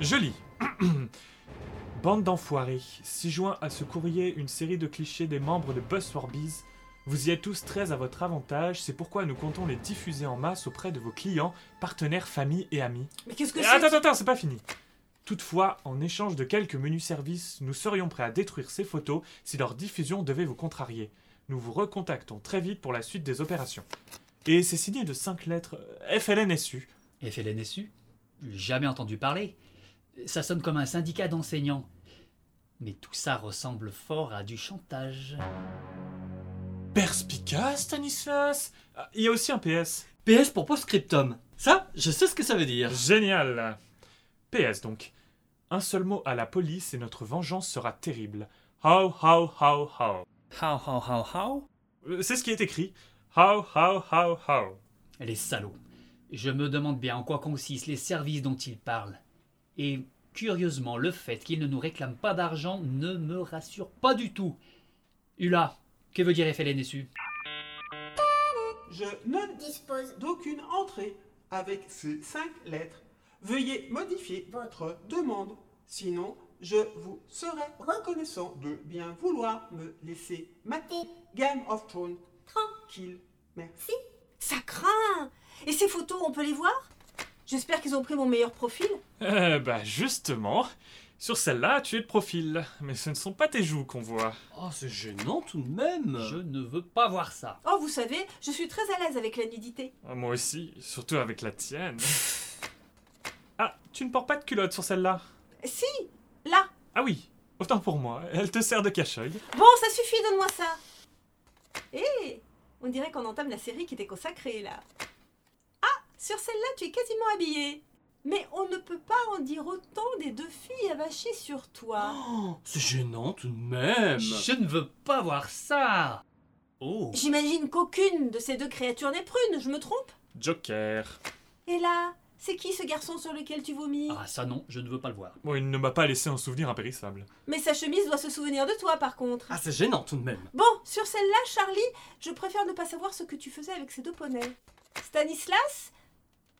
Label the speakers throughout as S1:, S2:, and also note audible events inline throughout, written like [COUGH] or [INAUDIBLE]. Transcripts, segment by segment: S1: Je lis. [CLEARS THROAT] Bande d'enfoirés, si joint à ce courrier une série de clichés des membres de Buzzworbies, vous y êtes tous très à votre avantage, c'est pourquoi nous comptons les diffuser en masse auprès de vos clients, partenaires, familles et amis.
S2: Mais qu'est-ce que
S1: Et
S2: c'est
S1: Attends, attends, attends, c'est pas fini. Toutefois, en échange de quelques menus services, nous serions prêts à détruire ces photos si leur diffusion devait vous contrarier. Nous vous recontactons très vite pour la suite des opérations. Et c'est signé de 5 lettres euh, FLNSU.
S3: FLNSU Jamais entendu parler. Ça sonne comme un syndicat d'enseignants. Mais tout ça ressemble fort à du chantage.
S1: Perspicace, Stanislas Ah, Il y a aussi un PS.
S4: PS pour post-scriptum. Ça, je sais ce que ça veut dire.
S1: Génial PS donc. Un seul mot à la police et notre vengeance sera terrible. How, how, how, how.
S5: How, how, how, how
S1: Euh, C'est ce qui est écrit. How, how, how, how. [LAUGHS]
S3: Les salauds. Je me demande bien en quoi consistent les services dont ils parlent. Et curieusement, le fait qu'ils ne nous réclament pas d'argent ne me rassure pas du tout. Hula, que veut dire FLNSU
S6: Je ne
S7: dispose
S6: d'aucune entrée avec ces cinq lettres. Veuillez modifier votre demande, sinon je vous serai reconnaissant de bien vouloir me laisser mater Game of Thrones tranquille. Merci.
S2: Ça craint Et ces photos, on peut les voir J'espère qu'ils ont pris mon meilleur profil.
S1: Euh, bah justement, sur celle-là, tu es de profil, mais ce ne sont pas tes joues qu'on voit.
S4: Oh, c'est gênant tout de même.
S3: Je ne veux pas voir ça.
S2: Oh, vous savez, je suis très à l'aise avec la nudité.
S1: Ah, Moi aussi, surtout avec la
S5: [LAUGHS]
S1: tienne. Ah, tu ne portes pas de culotte sur celle-là
S2: Si Là
S1: Ah oui, autant pour moi, elle te sert de cache-œil.
S2: Bon, ça suffit, donne-moi ça Hé On dirait qu'on entame la série qui t'est consacrée, là. Ah Sur celle-là, tu es quasiment habillée. Mais on ne peut pas en dire autant des deux filles avachées sur toi.
S4: Oh, c'est gênant tout de même.
S3: Je ne veux pas voir ça. Oh.
S2: J'imagine qu'aucune de ces deux créatures n'est prune, je me trompe
S1: Joker.
S2: Et là, c'est qui ce garçon sur lequel tu vomis
S3: Ah ça non, je ne veux pas le voir.
S1: Bon, il ne m'a pas laissé un souvenir impérissable.
S2: Mais sa chemise doit se souvenir de toi, par contre.
S4: Ah, c'est gênant tout de même.
S2: Bon, sur celle-là, Charlie, je préfère ne pas savoir ce que tu faisais avec ces deux poneys. Stanislas,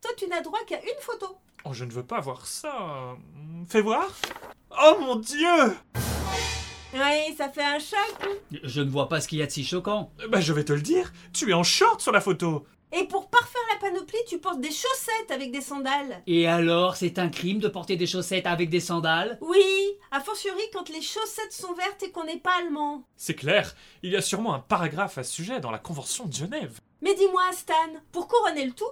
S2: toi, tu n'as droit qu'à une photo.
S1: Oh, je ne veux pas voir ça. Hum, Fais voir. Oh mon dieu
S2: Oui, ça fait un choc.
S3: Je ne vois pas ce qu'il y a de si choquant.
S1: Bah je vais te le dire, tu es en short sur la photo.
S2: Et pour parfaire la panoplie, tu portes des chaussettes avec des sandales.
S3: Et alors, c'est un crime de porter des chaussettes avec des sandales
S2: Oui, a fortiori quand les chaussettes sont vertes et qu'on n'est pas allemand.
S1: C'est clair, il y a sûrement un paragraphe à ce sujet dans la Convention de Genève.
S2: Mais dis-moi, Stan, pour couronner le tout,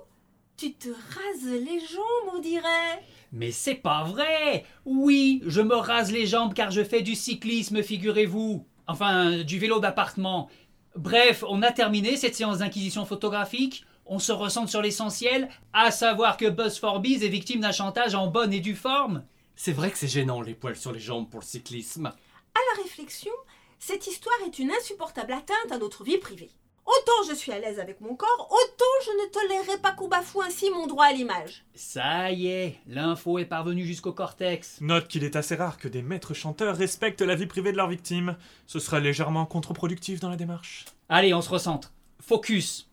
S2: tu te rases les jambes, on dirait.
S3: Mais c'est pas vrai Oui, je me rase les jambes car je fais du cyclisme, figurez-vous. Enfin, du vélo d'appartement. Bref, on a terminé cette séance d'inquisition photographique. On se ressente sur l'essentiel, à savoir que Buzz Forbies est victime d'un chantage en bonne et due forme.
S4: C'est vrai que c'est gênant les poils sur les jambes pour le cyclisme.
S2: À la réflexion, cette histoire est une insupportable atteinte à notre vie privée. Autant je suis à l'aise avec mon corps, autant je ne tolérerai pas qu'on bafoue ainsi mon droit à l'image.
S3: Ça y est, l'info est parvenue jusqu'au cortex.
S1: Note qu'il est assez rare que des maîtres chanteurs respectent la vie privée de leurs victimes. Ce serait légèrement contre-productif dans la démarche.
S3: Allez, on se recentre. Focus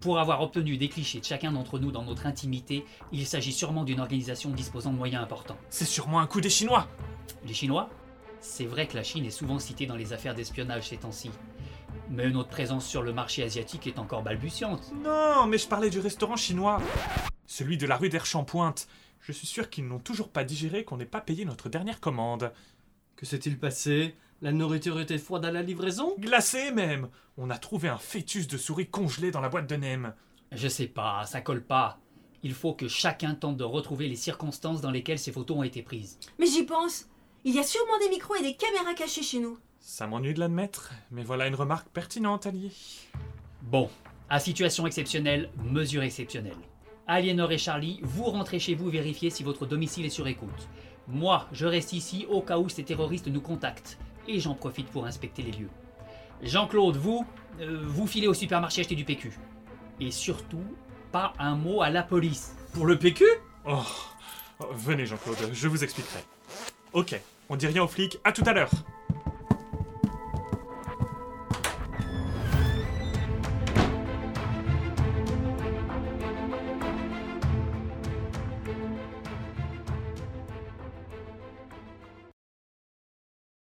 S3: Pour avoir obtenu des clichés de chacun d'entre nous dans notre intimité, il s'agit sûrement d'une organisation disposant de moyens importants.
S1: C'est sûrement un coup des Chinois.
S3: Les Chinois C'est vrai que la Chine est souvent citée dans les affaires d'espionnage ces temps-ci. Mais notre présence sur le marché asiatique est encore balbutiante.
S1: Non, mais je parlais du restaurant chinois. Celui de la rue d'Erchampointe. Je suis sûr qu'ils n'ont toujours pas digéré qu'on n'ait pas payé notre dernière commande.
S4: Que s'est-il passé La nourriture était froide à la livraison
S1: Glacé même On a trouvé un fœtus de souris congelé dans la boîte de Nem.
S3: Je sais pas, ça colle pas. Il faut que chacun tente de retrouver les circonstances dans lesquelles ces photos ont été prises.
S2: Mais j'y pense, il y a sûrement des micros et des caméras cachées chez nous.
S1: Ça m'ennuie de l'admettre, mais voilà une remarque pertinente, Allier.
S3: Bon, à situation exceptionnelle, mesure exceptionnelle. Aliénor et Charlie, vous rentrez chez vous vérifier si votre domicile est sur écoute. Moi, je reste ici au cas où ces terroristes nous contactent. Et j'en profite pour inspecter les lieux. Jean-Claude, vous, euh, vous filez au supermarché acheter du PQ. Et surtout, pas un mot à la police.
S4: Pour le PQ
S1: Oh, oh, venez Jean-Claude, je vous expliquerai. Ok, on dit rien aux flics, à tout à l'heure.